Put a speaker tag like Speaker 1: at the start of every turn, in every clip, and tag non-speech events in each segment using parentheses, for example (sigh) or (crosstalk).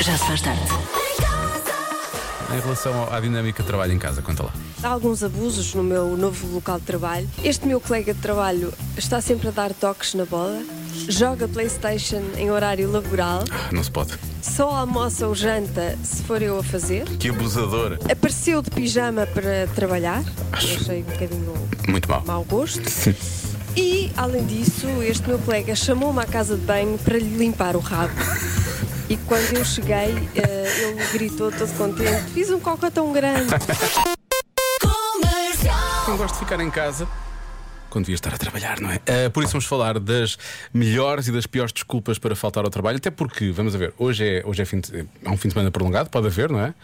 Speaker 1: Já se faz tarde.
Speaker 2: Em relação ao- à dinâmica de trabalho em casa, conta lá.
Speaker 3: Há alguns abusos no meu novo local de trabalho. Este meu colega de trabalho está sempre a dar toques na bola, joga Playstation em horário laboral,
Speaker 2: Ah, Não se pode.
Speaker 3: só almoça ou janta se for eu a fazer.
Speaker 2: Que abusador.
Speaker 3: Apareceu de pijama para trabalhar, eu achei um bocadinho
Speaker 2: Muito (laughs) mal.
Speaker 3: mau gosto. E, além disso, este meu colega chamou-me à casa de banho para lhe limpar o rabo. E quando eu cheguei, eh, ele gritou todo contente: Fiz um coca tão grande.
Speaker 2: Não gosto de ficar em casa. Quando devia estar a trabalhar, não é? Ah, por isso vamos falar das melhores e das piores desculpas para faltar ao trabalho, até porque, vamos a ver, hoje é, hoje é, fim de- é um fim de semana prolongado, pode haver, não é?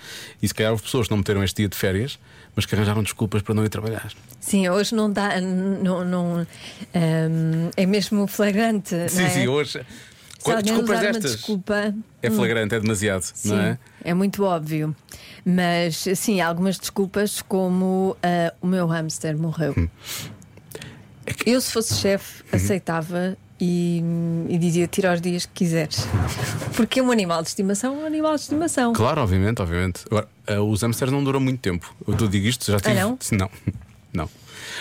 Speaker 2: E se calhar houve pessoas que não meteram este dia de férias, mas que arranjaram desculpas para não ir trabalhar.
Speaker 4: Sim, hoje não dá. Não, não, ehm, é mesmo flagrante.
Speaker 2: sim,
Speaker 4: não é?
Speaker 2: sim, hoje.
Speaker 4: Se alguém
Speaker 2: desculpas
Speaker 4: usar uma
Speaker 2: destas.
Speaker 4: desculpa. Hum.
Speaker 2: É flagrante, é demasiado,
Speaker 4: Sim,
Speaker 2: não é?
Speaker 4: muito óbvio. Mas, sim, há algumas desculpas, como ah, o meu hamster morreu.
Speaker 2: Hum.
Speaker 4: Eu, se fosse
Speaker 2: Uhum.
Speaker 4: chefe, aceitava e, e dizia: tira os dias que quiseres. Porque um animal de estimação é um animal de estimação.
Speaker 2: Claro, obviamente, obviamente. Agora, ah, os hamsters não duram muito tempo. Eu te digo isto, já tive.
Speaker 4: Ah, não?
Speaker 2: Não. (laughs) Não.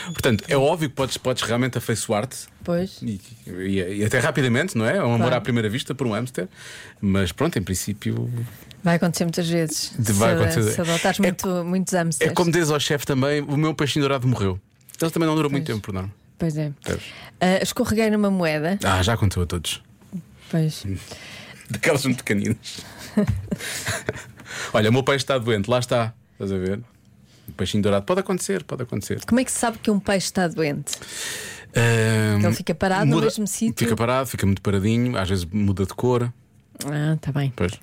Speaker 2: Portanto, é óbvio que podes, podes realmente afeiçoar-te
Speaker 4: Pois.
Speaker 2: e, e- e até rapidamente, não é? É um amor
Speaker 4: Claro.
Speaker 2: à primeira vista por um hamster, mas pronto, em princípio. é
Speaker 4: Vai acontecer muitas vezes.
Speaker 2: De- vai
Speaker 4: se,
Speaker 2: acontecer.
Speaker 4: se adotares
Speaker 2: É
Speaker 4: muito, muitos
Speaker 2: É
Speaker 4: hamsters.
Speaker 2: como diz ao chefe também: o meu peixinho dourado morreu. Ele também não durou muito
Speaker 4: Pois.
Speaker 2: tempo, por não.
Speaker 4: Pois é.
Speaker 2: Percebes?
Speaker 4: Ah, escorreguei numa moeda.
Speaker 2: Ah, já aconteceu a todos. (laughs)
Speaker 4: Pois.
Speaker 2: Daquelas muito
Speaker 4: (laughs)
Speaker 2: pequeninas. Olha, o meu peixe está doente, lá está. Estás a ver? O peixinho dourado. Pode acontecer, pode acontecer.
Speaker 4: Como é que se sabe que um peixe está doente?
Speaker 2: Ahm,
Speaker 4: Ele fica parado no mesmo sítio?
Speaker 2: Fica parado, fica muito paradinho, às vezes muda de cor.
Speaker 4: Ah, está bem.
Speaker 2: Pois.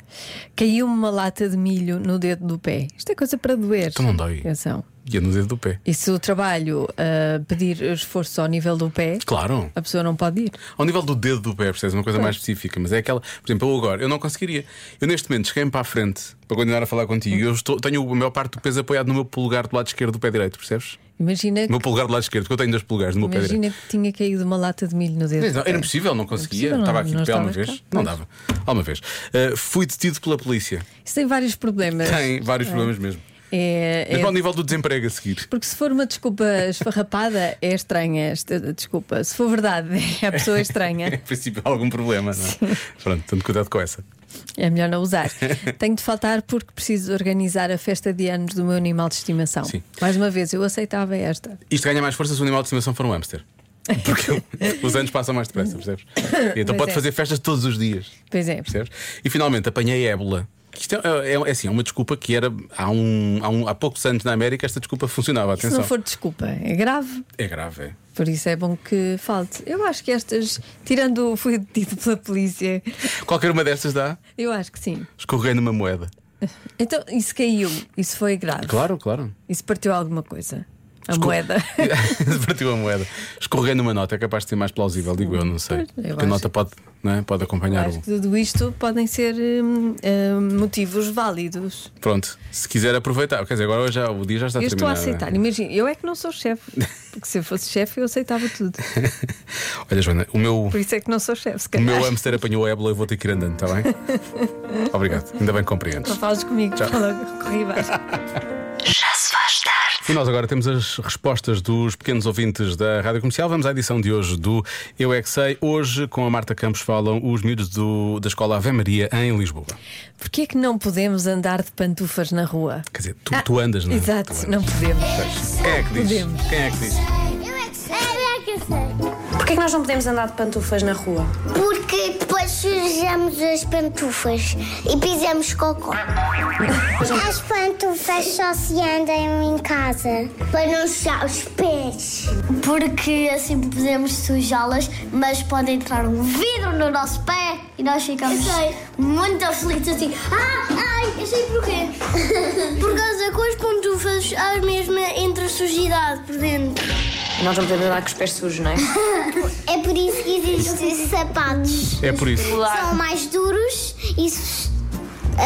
Speaker 4: Caiu uma lata de milho no dedo do pé. Isto é coisa para doer.
Speaker 2: Então não dói.
Speaker 4: Atenção.
Speaker 2: E é no dedo do pé.
Speaker 4: E se o trabalho ah, pedir esforço ao nível do pé,
Speaker 2: Claro.
Speaker 4: a pessoa não pode ir.
Speaker 2: Ao nível do dedo do pé, percebes? Uma coisa mais específica, mas é aquela. Por exemplo, eu agora, eu não conseguiria. Eu neste momento cheguei-me para a frente para continuar a falar contigo. Eu estou, tenho a maior parte do peso apoiado no meu polegar do lado esquerdo do pé direito, percebes?
Speaker 4: Imagina,
Speaker 2: No meu polegar do lado esquerdo, porque eu tenho dois polegares no meu pé direito.
Speaker 4: imagina que tinha caído uma lata de milho no dedo.
Speaker 2: Mas não,
Speaker 4: do pé.
Speaker 2: Era impossível, não conseguia.
Speaker 4: possível, não-
Speaker 2: estava aqui
Speaker 4: não
Speaker 2: de pé uma
Speaker 4: estavas
Speaker 2: vez.
Speaker 4: cá.
Speaker 2: Não dava. Alguma vez. Ah, fui detido pela polícia.
Speaker 4: Isso tem vários problemas.
Speaker 2: Tem vários problemas mesmo.
Speaker 4: É,
Speaker 2: Mas
Speaker 4: é-
Speaker 2: ao nível do desemprego a seguir.
Speaker 4: Porque se for uma desculpa esfarrapada, é estranha esta desculpa. Se for verdade, (laughs) é a
Speaker 2: É,
Speaker 4: pessoa
Speaker 2: (laughs) em
Speaker 4: estranha.
Speaker 2: princípio, há algum problema, não é? Pronto, tanto cuidado com essa.
Speaker 4: É melhor
Speaker 2: (laughs)
Speaker 4: não usar. Tenho de faltar porque preciso organizar a festa de anos do meu animal de estimação.
Speaker 2: Sim.
Speaker 4: Mais uma vez, eu aceitava esta.
Speaker 2: Isto ganha mais força se o animal de estimação for um hamster. Porque
Speaker 4: (laughs)
Speaker 2: os anos passam mais depressa, percebes? E Então
Speaker 4: Pois
Speaker 2: pode
Speaker 4: é.
Speaker 2: fazer festas todos os dias,
Speaker 4: Pois é.
Speaker 2: percebes? E finalmente apanhei ébola. Isto é, é, é assim, é uma desculpa que era há, um, há, um- há poucos anos na América esta desculpa funcionava.
Speaker 4: Se
Speaker 2: Atenção.
Speaker 4: não for desculpa, é grave.
Speaker 2: É grave. é.
Speaker 4: Por isso é bom que falte. Eu acho que estas, tirando o fui detido pela polícia,
Speaker 2: Qualquer uma destas dá,
Speaker 4: eu acho que sim.
Speaker 2: escorreguei numa moeda.
Speaker 4: Então, isso caiu, isso foi grave.
Speaker 2: Claro, claro.
Speaker 4: Isso partiu alguma coisa. A
Speaker 2: Esco-
Speaker 4: moeda.
Speaker 2: (laughs) Partiu a moeda. Escorreguei numa nota, é capaz de ser mais plausível, digo eu, não sei.
Speaker 4: Pois, eu
Speaker 2: Porque a
Speaker 4: acho-
Speaker 2: nota pode, não é? pode acompanhar
Speaker 4: Acho
Speaker 2: o.
Speaker 4: que tudo isto podem ser hum, hum, motivos válidos.
Speaker 2: Pronto, se quiser aproveitar, quer dizer, agora já, o dia já está
Speaker 4: eu estou a
Speaker 2: terminado.
Speaker 4: aceitar. Imagina, eu é que não
Speaker 2: (laughs)
Speaker 4: sou chefe. Porque se eu fosse chefe, eu aceitava tudo.
Speaker 2: é? Olha, Joana, o meu,
Speaker 4: Por isso é que não sou chefe, se
Speaker 2: o
Speaker 4: calhar.
Speaker 2: meu hamster apanhou a ébola, eu vou ter que ir andando, está
Speaker 4: (laughs)
Speaker 2: bem? Obrigado, ainda bem que compreendes.
Speaker 4: Não fales comigo, fala corrida.
Speaker 2: (laughs)
Speaker 1: Já se faz tarde.
Speaker 2: E nós agora temos as respostas dos pequenos ouvintes da Rádio Comercial. Vamos à edição de hoje do Eu É Que Sei. Hoje, com a Marta Campos, falam os miúdos do- da Escola Ave Maria em Lisboa.
Speaker 4: Porquê é que não podemos andar de pantufas na rua?
Speaker 2: Quer dizer, tu, tu andas, não é?
Speaker 4: Ah, Exato,
Speaker 2: Tu andas.
Speaker 4: não podemos.
Speaker 2: Quem é que diz?
Speaker 4: Podemos.
Speaker 2: Quem é que diz?
Speaker 5: Eu é que sei. Eu é que sei.
Speaker 6: Porquê é que nós não podemos andar de pantufas na rua?
Speaker 5: Porque depois sujamos as pantufas e
Speaker 2: (laughs)
Speaker 5: pisamos cocó. As pantufas só se andam em casa para não sujar os pés. Porque assim podemos sujá-las, mas pode entrar um vidro no nosso pé e nós ficamos muito aflitos assim. Ah, ai, eu sei
Speaker 2: (laughs)
Speaker 5: porquê. Por causa que as pantufas as mesmas entre sujidade por dentro.
Speaker 6: Nós não podemos andar com os pés sujos, não é?
Speaker 5: É por isso que existem esses sapatos.
Speaker 2: É por isso.
Speaker 5: São mais duros e se-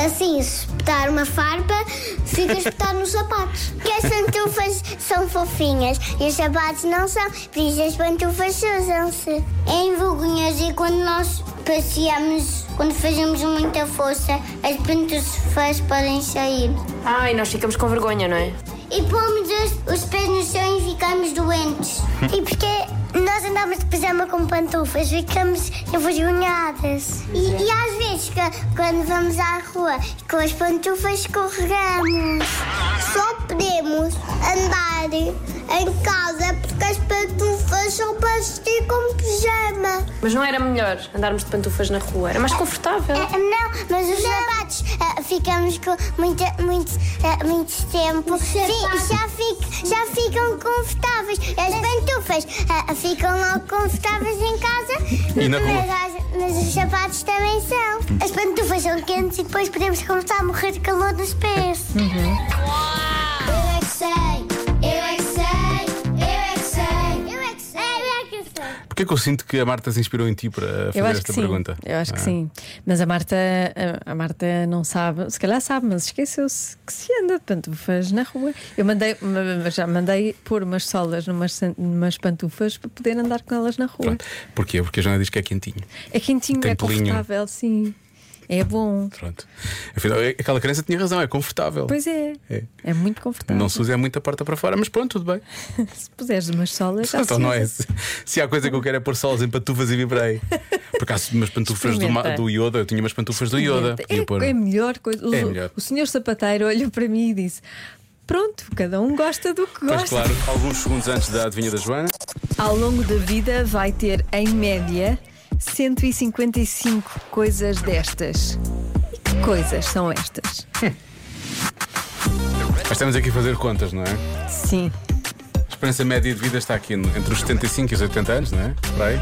Speaker 5: assim, se espetar uma farpa, fica a espetar nos sapatos. Porque as pantufas são fofinhas e os sapatos não são, por isso as pantufas usam-se. Em vergonhas e quando nós passeamos, quando fazemos muita força, as pantufas podem sair.
Speaker 6: Ah, e nós ficamos com vergonha, não é?
Speaker 5: E pomos os, os pés no chão e ficamos doentes. e porque nós andamos de pijama com pantufas, ficamos envergonhadas. E, e às vezes, que- quando vamos à rua com as pantufas, escorregamos. Só podemos andar em casa porque as pantufas são para vestir com pijama.
Speaker 6: Mas não era melhor andarmos de pantufas na rua, era mais confortável.
Speaker 5: Ah, Não, mas os sapatos ah, ficamos com muito, muito, ah, muito tempo. Fi- já, fic- já ficam confortáveis. As pantufas ah, ficam logo confortáveis em casa.
Speaker 2: E na
Speaker 5: mas,
Speaker 2: rua?
Speaker 5: as- mas os sapatos também são. As pantufas são quentes e depois podemos começar a morrer de calor nos pés. Eu é que sei, eu é que sei, eu é que sei, eu é que sei, eu é que sei.
Speaker 2: Porquê que eu sinto que a Marta se inspirou em ti para fazer
Speaker 4: Eu acho
Speaker 2: esta
Speaker 4: que sim.
Speaker 2: pergunta?
Speaker 4: Eu acho que
Speaker 2: Ah.
Speaker 4: sim. Mas a Marta, a- a Marta não sabe, se calhar sabe, mas esqueceu-se que se anda de pantufas na rua. Eu mandei, ma- já mandei pôr umas solas numas, san- numas pantufas para poder andar com elas na rua.
Speaker 2: Pronto. Porquê? Porque a Joana diz que é quentinho.
Speaker 4: É quentinho,
Speaker 2: Tem
Speaker 4: é
Speaker 2: pelinho.
Speaker 4: confortável, sim. É bom.
Speaker 2: Pronto. Afinal, aquela criança tinha razão, é confortável.
Speaker 4: Pois é.
Speaker 2: É.
Speaker 4: É, muito confortável.
Speaker 2: Não se usa muita porta para fora, mas pronto, tudo bem.
Speaker 4: Se puseres umas solas, já
Speaker 2: Então
Speaker 4: se
Speaker 2: não é.
Speaker 4: usa.
Speaker 2: Se, se há coisa que eu quero é pôr solas em pantufas e vibrei. Por acaso, umas pantufas do, ma-
Speaker 4: Experimenta.
Speaker 2: do Yoda, eu tinha umas pantufas do Yoda.
Speaker 4: É,
Speaker 2: Podia pôr.
Speaker 4: é a melhor coisa. O,
Speaker 2: É a melhor.
Speaker 4: o senhor sapateiro olhou para mim e disse: Pronto, cada um gosta do que
Speaker 2: Pois
Speaker 4: gosta.
Speaker 2: claro, alguns segundos antes da adivinha da Joana.
Speaker 4: Ao longo da vida vai ter, em média, 155 coisas destas. E que coisas são estas?
Speaker 2: Hum. Mas estamos aqui a fazer contas, não é?
Speaker 4: Sim.
Speaker 2: A esperança média de vida está aqui no- entre os 75 e os 80 anos, não é? Por aí.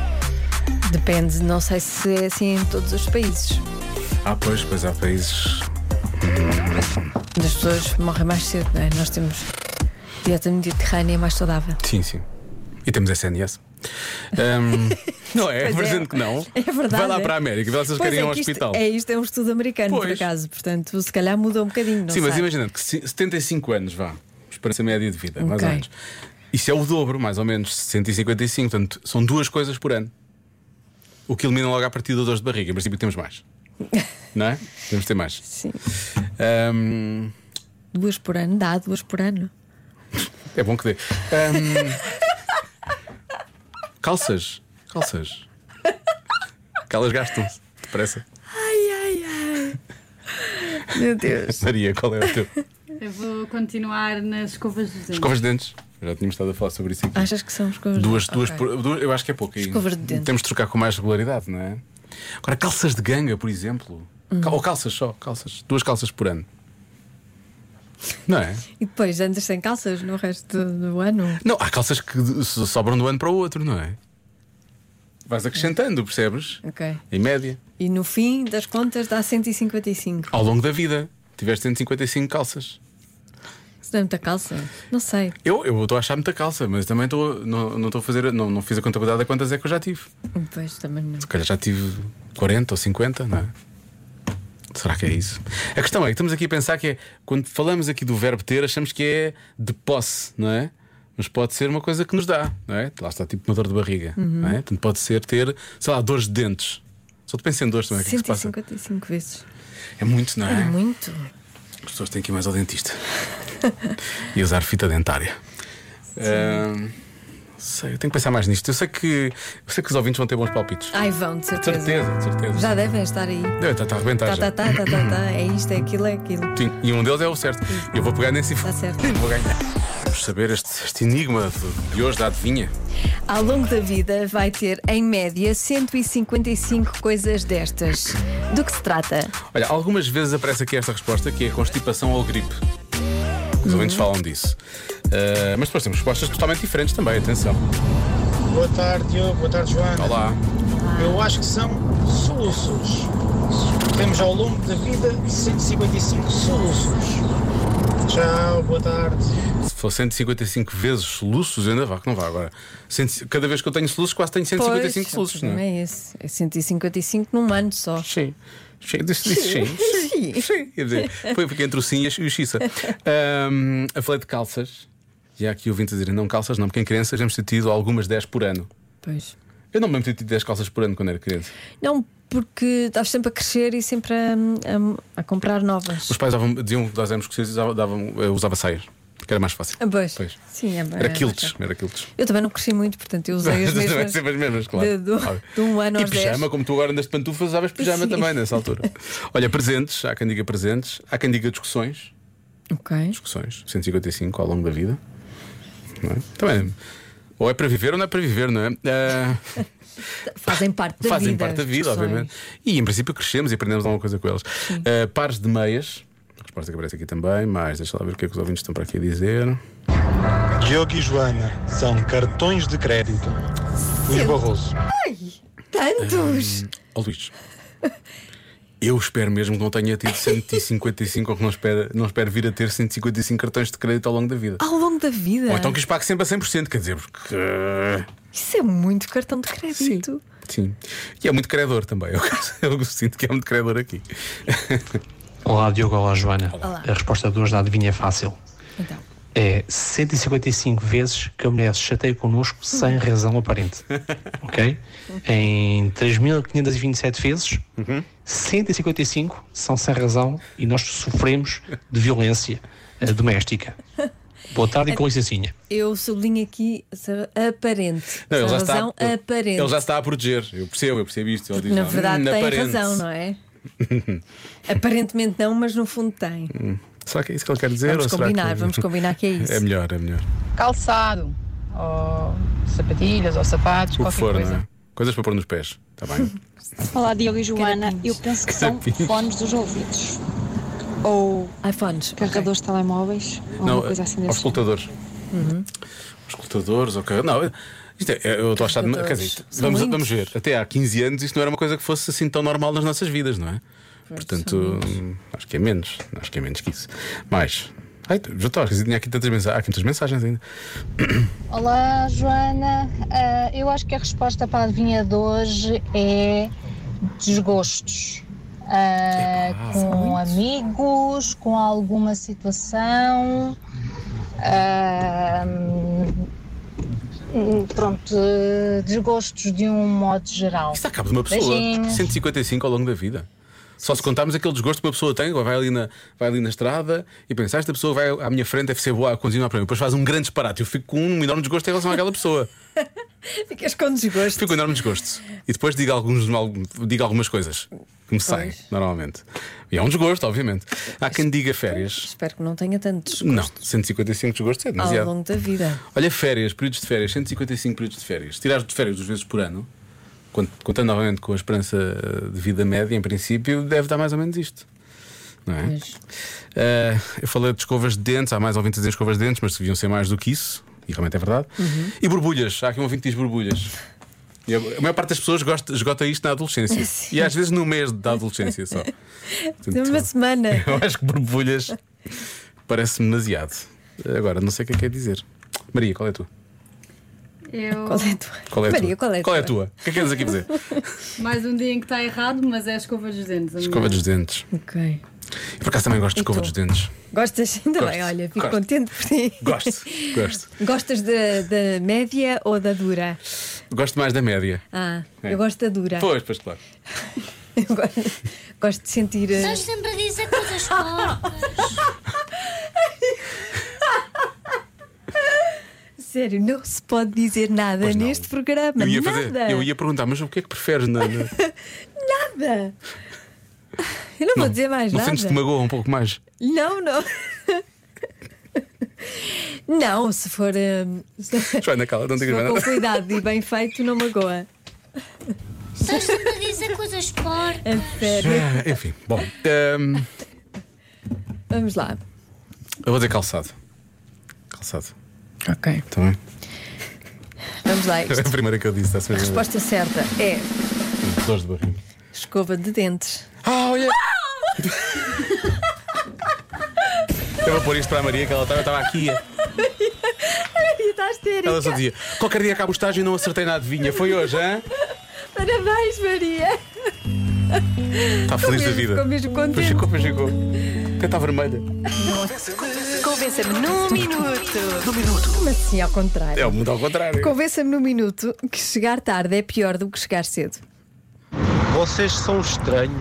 Speaker 4: Depende, não sei se é assim em todos os países.
Speaker 2: Ah, pois, pois há países.
Speaker 4: As pessoas morrem mais cedo, não é? Nós temos dieta mediterrânea mais saudável.
Speaker 2: Sim, sim. E temos SNS.
Speaker 4: (laughs)
Speaker 2: Ahm, não é?
Speaker 4: Pois é.
Speaker 2: Parecendo que não.
Speaker 4: É verdade.
Speaker 2: Vai lá
Speaker 4: é?
Speaker 2: para a América, vê lá se eles
Speaker 4: Pois
Speaker 2: querem ir
Speaker 4: é
Speaker 2: ao
Speaker 4: que isto-
Speaker 2: hospital.
Speaker 4: É isto, é um estudo americano, por
Speaker 2: Pois.
Speaker 4: acaso. Portanto, se calhar mudou um bocadinho. Não
Speaker 2: Sim, mas
Speaker 4: sei.
Speaker 2: imaginando que se- 75 anos, vá, esperança média de vida, mais
Speaker 4: Ok.
Speaker 2: ou menos. Isso é o dobro, mais ou menos, 155. Portanto, são duas coisas por ano. O que elimina logo a partir do dor de barriga. Em princípio, temos
Speaker 4: (laughs)
Speaker 2: mais. Não é? Temos de ter mais.
Speaker 4: Sim.
Speaker 2: Ahm,
Speaker 4: Duas por ano, dá duas por ano.
Speaker 2: é bom que dê. Ahm, calças. Calças. Que elas gastam-se. Depressa.
Speaker 4: Ai, ai, ai. (laughs) Meu Deus.
Speaker 2: Maria, qual é o teu?
Speaker 7: Eu vou continuar nas escovas dos dentes.
Speaker 2: Escovas de dentes. Já tínhamos estado a falar sobre isso aqui.
Speaker 4: Achas que são escovas?
Speaker 2: Duas,
Speaker 4: Ok.
Speaker 2: duas, por- duas- eu acho que é pouco. e
Speaker 4: Escovas de dente.
Speaker 2: Temos de trocar com mais regularidade, não é? Agora, calças de ganga, por exemplo.
Speaker 4: Hum.
Speaker 2: Cal- Ou calças só, calças. Duas calças por ano. Não é?
Speaker 4: E depois andas sem calças no resto do ano?
Speaker 2: Não, há calças que de- so- sobram de um ano para o outro, não é? Vais acrescentando, percebes?
Speaker 4: Ok.
Speaker 2: Em média.
Speaker 4: E no fim das contas dá 155.
Speaker 2: Ao longo da vida, tiveste 155 calças.
Speaker 4: Isso não é muita calça? Não sei.
Speaker 2: Eu eu estou a achar muita calça, mas também estou, não, não estou a fazer, não, não fiz a contabilidade a quantas é que eu já tive.
Speaker 4: Pois também não.
Speaker 2: Se calhar já tive 40 ou 50, não é? Será que é isso? A questão é que estamos aqui a pensar que é, quando falamos aqui do verbo ter, achamos que é de posse, não é? Mas pode ser uma coisa que nos dá, não é? Lá está tipo uma dor de barriga, não é? Portanto, pode ser ter, sei lá, dores de dentes. Só te penso em dores também, o que é que se passa?
Speaker 4: 155 vezes.
Speaker 2: É muito, não
Speaker 4: É
Speaker 2: é?
Speaker 4: muito.
Speaker 2: As pessoas têm que ir mais ao
Speaker 4: (laughs)
Speaker 2: dentista e usar fita dentária. Ah, não sei, eu tenho que pensar mais nisto. Eu sei que, eu sei que os ouvintes vão ter bons palpites.
Speaker 4: Ai, vão, de
Speaker 2: De
Speaker 4: Ah, certeza.
Speaker 2: certeza, de certeza.
Speaker 4: Já devem estar aí.
Speaker 2: Deve estar a arrebentar
Speaker 4: Tá,
Speaker 2: já.
Speaker 4: tá, tá, tá, tá, tá. É isto, é aquilo, é aquilo.
Speaker 2: Sim, e um deles é o certo. Eu vou pegar nesse e
Speaker 4: Tá certo.
Speaker 2: vou ganhar. Vamos saber este, este enigma de, de hoje da adivinha.
Speaker 4: Ao longo da vida vai ter, em média, 155 coisas destas. Do que se trata?
Speaker 2: Olha, algumas vezes aparece aqui esta resposta que é constipação ou gripe. Os ouvintes
Speaker 4: Uhum.
Speaker 2: falam disso. Ah, mas depois temos respostas totalmente diferentes também, atenção.
Speaker 8: Boa tarde, Diogo. Boa tarde, Joana.
Speaker 2: Olá.
Speaker 8: Eu acho que são soluços. Temos ao longo da vida 155 soluços. Tchau, boa tarde.
Speaker 2: Se for 155 vezes soluços, ainda vá, que não vá agora. Cento- cada vez que eu tenho soluços, quase tenho 155
Speaker 4: Pois,
Speaker 2: soluços,
Speaker 4: o
Speaker 2: não é?
Speaker 4: problema é esse. É 155 num ano só.
Speaker 2: Sim. Sim, disse, disse sim. Sim. sim. Quer dizer, foi porque entre o sim e o xissa. Ahm, a falei de calças. Já aqui ouvintes a dizer não calças, não, porque em crianças temos ter tido algumas 10 por ano.
Speaker 4: Pois.
Speaker 2: Eu não me lembro de ter tido 10 calças por ano quando era criança.
Speaker 4: Não, porque estás sempre a crescer e sempre a, a- a comprar novas.
Speaker 2: Os pais davam, diziam que nós éramos escoceses e davam- davam- eu usava saias, que era mais fácil.
Speaker 4: Ah, Pois.
Speaker 2: Pois.
Speaker 4: Sim, é
Speaker 2: Era quilts, era quilts.
Speaker 4: Eu também não cresci muito, portanto eu
Speaker 2: (laughs)
Speaker 4: usei as
Speaker 2: Também
Speaker 4: mesmas.
Speaker 2: sempre as mesmas, claro.
Speaker 4: de- do-
Speaker 2: Óbvio.
Speaker 4: de um ano
Speaker 2: e
Speaker 4: aos
Speaker 2: pijama,
Speaker 4: dez.
Speaker 2: como tu agora andas de pantufas, usavas pijama
Speaker 4: Sim.
Speaker 2: também
Speaker 4: (laughs)
Speaker 2: nessa altura. Olha, presentes, há quem diga presentes, há quem diga discussões.
Speaker 4: Ok.
Speaker 2: Discussões, 155 ao longo da vida. Não é? Também. Ou é para viver ou não é para viver,
Speaker 4: (laughs)
Speaker 2: não é? Ah,
Speaker 4: Fazem parte da
Speaker 2: fazem
Speaker 4: vida.
Speaker 2: parte da
Speaker 4: as
Speaker 2: vida,
Speaker 4: discussões.
Speaker 2: obviamente. E em princípio crescemos e aprendemos alguma coisa com eles. Ah, pares de meias, a resposta que aparece aqui também, mas deixa lá ver o que é que os ouvintes estão para aqui a dizer.
Speaker 8: Diogo e Joana são cartões de crédito. Luís Barroso.
Speaker 4: Tantos!
Speaker 2: Ó Luís, eu espero mesmo que não tenha tido 155 ou que não espero, não espero vir a ter 155 cartões de crédito ao longo da vida.
Speaker 4: Ao longo da vida.
Speaker 2: Ou então que os pague sempre a 100%, quer dizer, porque. eh,
Speaker 4: Isso é muito cartão de crédito.
Speaker 2: Sim. E é muito credor também. Eu, (laughs) eu sinto que é muito credor aqui.
Speaker 9: Olá, Diogo. Olá, Joana.
Speaker 4: Olá.
Speaker 9: A resposta de hoje da adivinha é fácil.
Speaker 4: Então.
Speaker 9: É 155 vezes que a mulher se chateia connosco sem razão aparente. ok? Em 3.527 vezes, 155 são sem razão e nós sofremos de violência eh, doméstica. Boa tarde e com licencinha.
Speaker 4: Eu sublinho aqui ser aparente.
Speaker 2: Não, ele, já
Speaker 4: Essa
Speaker 2: está,
Speaker 4: razão
Speaker 2: ele-
Speaker 4: aparente.
Speaker 2: ele já está a proteger. Eu percebo, eu percebo isto. Ele diz,
Speaker 4: Na
Speaker 2: não,
Speaker 4: verdade,
Speaker 2: hum,
Speaker 4: tem
Speaker 2: aparente.
Speaker 4: razão,
Speaker 2: (laughs)
Speaker 4: não é? Aparentemente não, mas no fundo tem.
Speaker 2: Será que é isso que ele quer dizer?
Speaker 4: Vamos
Speaker 2: ou será
Speaker 4: combinar,
Speaker 2: que-
Speaker 4: vamos combinar que é isso.
Speaker 2: (laughs) É melhor, é melhor.
Speaker 10: calçado, ou sapatilhas, ou sapatos,
Speaker 2: O que
Speaker 10: qualquer
Speaker 2: for,
Speaker 10: coisa.
Speaker 2: não é? Coisas para pôr nos pés. Está bem?
Speaker 11: Olá, Diogo e Joana.
Speaker 4: Carapinhos.
Speaker 11: Eu penso que são
Speaker 2: Carapinhos.
Speaker 11: fones dos ouvidos. Ou
Speaker 4: iPhones.
Speaker 11: carregadores de telemóveis. Ou uma coisa assim
Speaker 2: aos
Speaker 11: desse tipo.
Speaker 2: escutadores. Os escutadores, ok. Não, isto é, eu estou a achar. Quer dizer,
Speaker 4: São
Speaker 2: vamos,
Speaker 4: muitos.
Speaker 2: vamos ver. Até há 15 anos isto não era uma coisa que fosse assim tão normal nas nossas vidas, não é? Portanto, hum, acho que é menos. Acho que é menos que isso. Mais. Ai, tu- já estou a esquecer, tinha aqui tantas mensagens. Há aqui muitas mensagens ainda.
Speaker 12: Olá, Joana. Ah, eu acho que a resposta para a adivinha de hoje é desgostos. Ah,
Speaker 2: Epá.
Speaker 12: com amigos, com alguma situação. Ah, hum, pronto, desgostos de um modo geral.
Speaker 2: Isto acaba de uma pessoa.
Speaker 12: Beijinhos.
Speaker 2: 155 ao longo da vida. Só se contarmos aquele desgosto que uma pessoa tem, vai ali na, vai ali na estrada e pensa, "Ah, esta pessoa vai à minha frente, deve ser boa a continuar para mim. Depois faz um grande disparate. Eu fico com um enorme desgosto em relação àquela pessoa.
Speaker 4: Ficas com desgosto.
Speaker 2: Fico com enorme desgosto. E depois digo, alguns, algum- digo algumas coisas que me saem, normalmente. E é um desgosto, obviamente. Há quem diga férias.
Speaker 4: Espero que não tenha tantos
Speaker 2: Não, 155 desgostos é
Speaker 4: ao
Speaker 2: demasiado.
Speaker 4: longo da vida.
Speaker 2: Olha, férias, períodos de férias, 155 períodos de férias. Tirar de férias duas vezes por ano, cont- contando novamente com a esperança eh, de vida média, em princípio, deve dar mais ou menos isto. Não é?
Speaker 4: Pois.
Speaker 2: Eh, eu falei de escovas de dentes, há mais ouvintes a dizer escovas de dentes, mas deviam ser mais do que isso, e realmente é verdade. E borbulhas, há aqui um ouvinte que diz borbulhas. E a a maior parte das pessoas gosta, esgota isto na adolescência. E às vezes no mês da adolescência só.
Speaker 4: Tem
Speaker 2: (laughs)
Speaker 4: uma semana.
Speaker 2: Eu acho que borbulhas parece-me demasiado. Agora, não sei o que é que é dizer. Maria, qual é a tua?
Speaker 7: Eu,
Speaker 4: Qual é a tua?
Speaker 2: Qual é a
Speaker 4: Maria,
Speaker 2: tua?
Speaker 4: qual é a tua?
Speaker 2: O que é que queres aqui
Speaker 4: (laughs)
Speaker 2: fazer?
Speaker 7: mais um dia em que está errado, mas é escova dos dentes. a minha.
Speaker 2: Escova dos dentes.
Speaker 4: Ok.
Speaker 2: Eu, Por acaso também gosto de
Speaker 4: E
Speaker 2: escova
Speaker 4: tu?
Speaker 2: dos dentes.
Speaker 4: Gostas? (laughs) Ainda
Speaker 2: Gosto,
Speaker 4: bem, olha, fico
Speaker 2: gosto.
Speaker 4: contente por ti.
Speaker 2: Gosto, gosto.
Speaker 4: Gostas da, da média ou da dura?
Speaker 2: Gosto mais da média.
Speaker 4: Ah,
Speaker 2: É.
Speaker 4: eu gosto da dura.
Speaker 2: Pois, pois, claro.
Speaker 4: (laughs) Eu gosto, gosto de sentir. eh,
Speaker 5: Estás sempre a dizer coisas porcas.
Speaker 4: Sério, não se pode dizer nada
Speaker 2: Pois não.
Speaker 4: neste programa.
Speaker 2: Eu ia,
Speaker 4: nada.
Speaker 2: fazer, eu ia perguntar, mas o que é que preferes? Na, na-
Speaker 4: Nada. Eu (laughs) não, vou dizer mais
Speaker 2: não
Speaker 4: nada.
Speaker 2: sentes que te magoa um pouco mais?
Speaker 4: Não, não. Não, se for, eh, se
Speaker 2: Joana, cala, não
Speaker 4: se
Speaker 2: digas
Speaker 4: for
Speaker 2: mais nada.
Speaker 4: com
Speaker 2: (laughs)
Speaker 4: cuidado e bem feito, não magoa.
Speaker 5: Estás sempre a dizer coisas porcas.
Speaker 4: A sério.
Speaker 2: Ah, Enfim, bom. hum,
Speaker 4: Vamos lá.
Speaker 2: eu vou dizer calçado. Calçado.
Speaker 4: Ok.
Speaker 2: Está bem?
Speaker 4: Vamos lá.
Speaker 2: É (laughs) a primeira que eu disse, está a
Speaker 4: A resposta certa é
Speaker 2: Dores de barriga.
Speaker 4: escova de dentes.
Speaker 2: Ah, olha! Eu vou pôr isto para a Maria, que ela estava- estava aqui.
Speaker 4: Estás histérica.
Speaker 2: Ela só dizia: qualquer dia acaba o estágio e não acertei na adivinha. Foi hoje, hã?
Speaker 4: Parabéns, Maria.
Speaker 2: Está feliz da
Speaker 4: Ficou
Speaker 2: vida.
Speaker 4: mesmo
Speaker 2: Pois
Speaker 4: contente.
Speaker 2: ficou, pois ficou. Até está vermelha.
Speaker 4: Convença-me num minuto. Num minuto. Como assim, ao contrário?
Speaker 2: É muito ao contrário.
Speaker 4: Convença-me num minuto que chegar tarde é pior do que chegar cedo.
Speaker 13: Vocês são estranhos.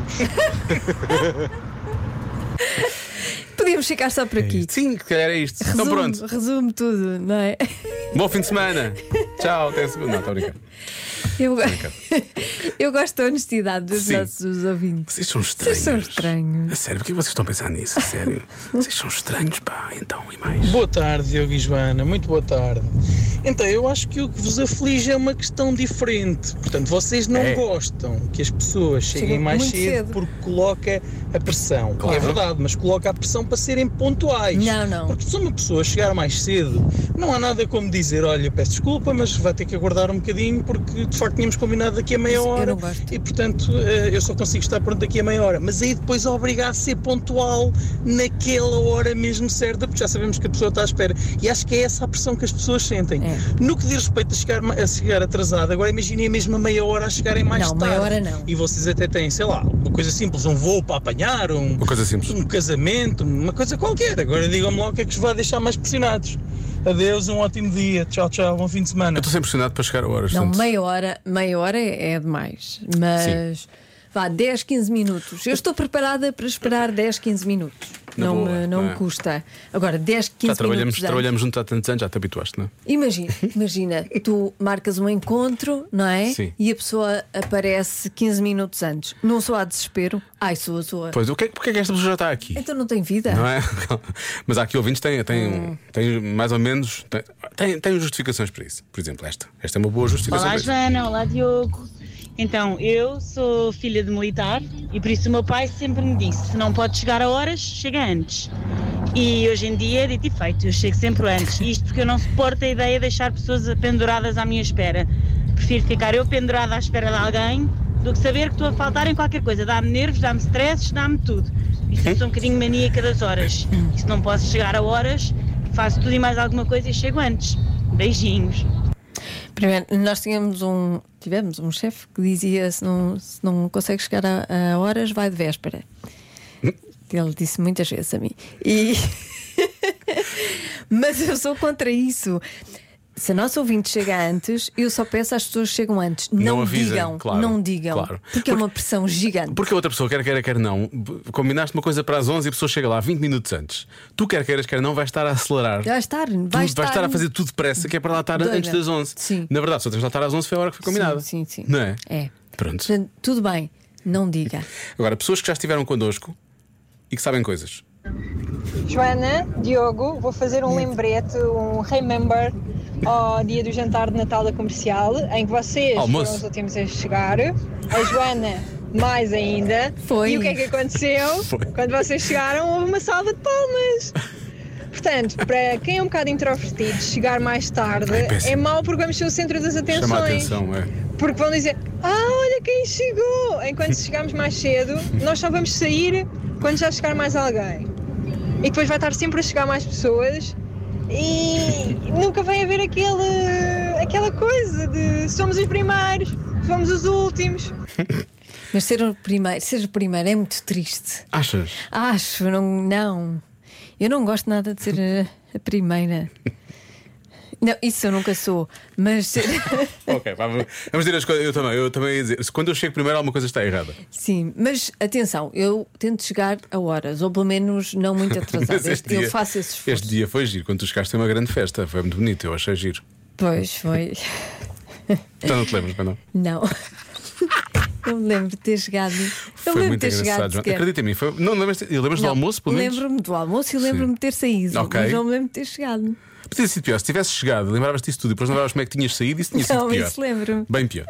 Speaker 4: Podíamos ficar só por aqui.
Speaker 2: Sim, que calhar é isto.
Speaker 4: Resumo,
Speaker 2: então pronto.
Speaker 4: Resume tudo, não é? (laughs)
Speaker 2: Bom fim de semana. Tchau, até a segunda. Não, estou a brincar.
Speaker 4: Eu, (laughs) eu gosto da honestidade dos
Speaker 2: Sim.
Speaker 4: nossos ouvintes.
Speaker 2: Vocês são
Speaker 4: Vocês
Speaker 2: estranhos.
Speaker 4: são estranhos.
Speaker 2: A sério, porquê vocês estão a pensar nisso? A sério. Vocês são estranhos, pá. Então, e mais?
Speaker 14: Boa tarde, Diogo e Joana, muito boa tarde. Então, eu acho que o que vos aflige é uma questão diferente. Portanto, vocês não
Speaker 15: É.
Speaker 14: gostam que as pessoas cheguem
Speaker 15: Chegam
Speaker 14: mais
Speaker 15: muito
Speaker 14: cedo,
Speaker 15: cedo.
Speaker 14: porque coloca a pressão.
Speaker 15: Claro.
Speaker 14: É verdade, mas coloca a pressão para serem pontuais. Não, não. Porque se uma pessoa chegar mais cedo, não há nada como dizer: olha, peço desculpa, mas vai ter que aguardar um bocadinho, porque de facto tínhamos combinado daqui a meia hora. E portanto, eh, eu só consigo estar pronto daqui a meia hora. Mas aí depois obrigar a ser pontual naquela hora mesmo certa, porque já sabemos que a pessoa está à espera. E acho que é essa a pressão que as pessoas sentem.
Speaker 4: É.
Speaker 14: No que diz respeito a chegar, ma- a chegar atrasado, agora imaginem a mesma meia hora a chegarem mais
Speaker 4: Não,
Speaker 14: tarde.
Speaker 4: meia hora não.
Speaker 14: E vocês até têm, sei lá, uma coisa simples, um voo para apanhar, um,
Speaker 2: uma coisa simples.
Speaker 14: um casamento, uma coisa qualquer. Agora digam-me lá o que é que os vai deixar mais pressionados. Adeus, um ótimo dia. Tchau, tchau, bom fim de semana.
Speaker 16: Então,
Speaker 2: Eu estou sempre pressionado para chegar a horas.
Speaker 4: Não,
Speaker 2: portanto.
Speaker 4: meia hora, meia hora é é demais. Mas vá, 10, 15 minutos. Eu estou preparada para esperar 10, 15 minutos.
Speaker 2: Na
Speaker 4: não
Speaker 2: boa,
Speaker 4: me, não
Speaker 2: não
Speaker 4: me
Speaker 2: é?
Speaker 4: custa. Agora, 10, 15
Speaker 2: já trabalhamos,
Speaker 4: minutos. antes.
Speaker 2: trabalhamos juntos há tantos anos, já te habituaste, não é?
Speaker 4: Imagina, imagina, tu marcas um encontro, não é?
Speaker 2: Sim.
Speaker 4: E a pessoa aparece 15 minutos antes. Não sou a desespero. Ai, sou a sua.
Speaker 2: Pois, o que é, porque é que esta pessoa já está aqui?
Speaker 4: Então não tem
Speaker 2: (laughs)
Speaker 4: vida.
Speaker 2: Não é? Mas há aqui ouvintes que têm, têm, um,
Speaker 4: Hum.
Speaker 2: têm mais ou menos têm- têm, têm justificações para isso. Por exemplo, esta. Esta é uma boa justificação.
Speaker 17: Olá,
Speaker 2: para isso.
Speaker 17: Joana. Olá, Diogo. Então, eu sou filha de militar e por isso o meu pai sempre me disse: se não pode chegar a horas, chega antes. E hoje em dia é dito e feito, eu chego sempre antes. Isto porque eu não suporto a ideia de deixar pessoas penduradas à minha espera. Prefiro ficar eu pendurada à espera de alguém do que saber que estou a faltar em qualquer coisa. Dá-me nervos, dá-me stresses, dá-me tudo. Por Isso eu sou um bocadinho maníaca das horas. E se não posso chegar a horas, faço tudo e mais alguma coisa e chego antes. Beijinhos.
Speaker 4: Primeiro, nós tínhamos um, tivemos um chefe que dizia: se não, se não consegues chegar a, a horas, vai de véspera. Ele disse muitas vezes a mim. E... (laughs) Mas eu sou contra isso. Se a nossa ouvinte chega antes, eu só peço às pessoas que chegam antes. Não,
Speaker 2: Não avisem,
Speaker 4: digam,
Speaker 2: claro,
Speaker 4: não digam.
Speaker 2: claro.
Speaker 4: Porque, é uma pressão gigante.
Speaker 2: Porque a outra pessoa, quer queira, quer não, b- combinaste uma coisa para as 11 e a pessoa chega lá 20 minutos antes. Tu, quer queiras, quer não, vais estar a acelerar.
Speaker 4: Vai estar, vai
Speaker 2: Tudo-
Speaker 4: estar,
Speaker 2: vais estar a fazer tudo depressa, que é para lá estar
Speaker 4: Doida.
Speaker 2: antes das 11.
Speaker 4: Sim.
Speaker 2: Na verdade, só tens lá estar às 11 foi a hora que foi combinada.
Speaker 4: Sim, sim. sim.
Speaker 2: Não é?
Speaker 4: É.
Speaker 2: Pronto.
Speaker 4: Portanto, Tudo bem, não diga.
Speaker 2: Agora, pessoas que já estiveram connosco e que sabem coisas.
Speaker 18: Joana, Diogo, vou fazer um lembrete, um remember ao dia do jantar de Natal da Comercial, em que vocês
Speaker 19: Almoço.
Speaker 18: foram os últimos a chegar, a Joana mais ainda. Foi. E o que é que aconteceu? Quando vocês chegaram, houve uma salva de palmas. Portanto, para quem é um bocado introvertido, chegar mais tarde
Speaker 2: É péssimo.
Speaker 18: é mau porque vamos ser o centro das atenções.
Speaker 2: Chama a atenção, é.
Speaker 18: Porque vão dizer, ah, olha quem chegou! Enquanto chegarmos mais cedo, nós só vamos sair quando já chegar mais alguém. E depois vai estar sempre a chegar mais pessoas e nunca vai haver aquele, aquela coisa de somos os primeiros, somos os últimos.
Speaker 4: Mas ser o primeiro, ser o primeiro é muito triste.
Speaker 2: Achas?
Speaker 4: Acho, não, não. Eu não gosto nada de ser a, a primeira. Não, isso eu nunca sou, mas ser- (laughs)
Speaker 2: ok, vá, vamos vamos dizer as coisas. Eu também, eu também ia dizer. se Quando eu chego primeiro, alguma coisa está
Speaker 4: (laughs)
Speaker 2: errada.
Speaker 4: sim, mas atenção, eu tento chegar a horas, ou pelo menos não muito
Speaker 2: Mas
Speaker 4: atrasada.
Speaker 2: este
Speaker 4: eu
Speaker 2: dia-
Speaker 4: faço esse esforço.
Speaker 2: Este dia foi giro. Quando tu chegaste, foi uma grande festa. Foi muito bonito. Eu achei giro.
Speaker 4: Pois foi.
Speaker 2: Já não te lembras, mas não.
Speaker 4: Não. (laughs) Eu me lembro de ter chegado. Eu
Speaker 2: foi
Speaker 4: lembro
Speaker 2: muito
Speaker 4: de ter
Speaker 2: engraçado.
Speaker 4: chegado.
Speaker 2: Joana.
Speaker 4: sequer.
Speaker 2: Acredita em mim. Foi... Não, lembras-te lembras do
Speaker 4: Não,
Speaker 2: almoço, pelo menos?
Speaker 4: Lembro-me do almoço e lembro-me de ter saído.
Speaker 2: Ok.
Speaker 4: Mas não me lembro de ter chegado.
Speaker 2: Podia ter sido pior. Se tivesse chegado, lembravas-te disso tudo e depois lembravas como é que tinhas saído e isso tinha sido
Speaker 4: não,
Speaker 2: pior.
Speaker 4: isso lembro-me.
Speaker 2: Bem pior.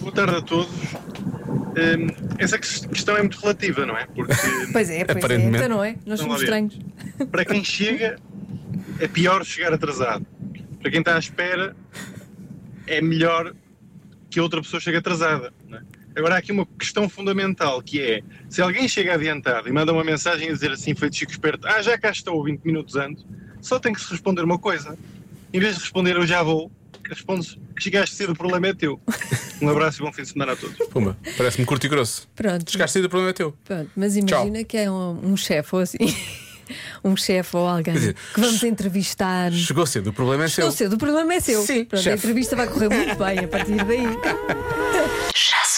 Speaker 16: Boa tarde a todos. Hum, essa ques- questão é muito relativa, não é? Porque
Speaker 4: Pois é, pois é.
Speaker 16: Aparentemente.
Speaker 4: Então não é?
Speaker 16: Vamos lá
Speaker 4: Nós somos
Speaker 16: ver.
Speaker 4: estranhos.
Speaker 16: para quem chega é pior chegar atrasado. Para quem está à espera é melhor que outra pessoa chegue atrasada. não é? Agora há aqui uma questão fundamental que é se alguém chega adiantado e manda uma mensagem a dizer assim feito Chico Esperto, ah já cá estou 20 minutos antes, só tem que se responder uma coisa. Em vez de responder eu já vou,
Speaker 9: que respondes que chegaste cedo, o problema é teu. Um abraço e bom fim de semana a todos.
Speaker 2: Puma, parece-me curto e grosso.
Speaker 4: Pronto.
Speaker 2: Chegaste cedo, o problema é teu.
Speaker 4: Pronto, mas imagina que é um, um chefe ou assim. (laughs) Um chefe ou alguém
Speaker 2: Quer dizer,
Speaker 4: que vamos entrevistar.
Speaker 2: Chegou cedo, o problema é
Speaker 4: Estou
Speaker 2: seu.
Speaker 4: cedo, o problema é seu.
Speaker 2: Sim,
Speaker 4: Pronto, a
Speaker 2: chefe.
Speaker 4: entrevista vai correr muito bem a partir daí.
Speaker 20: Já se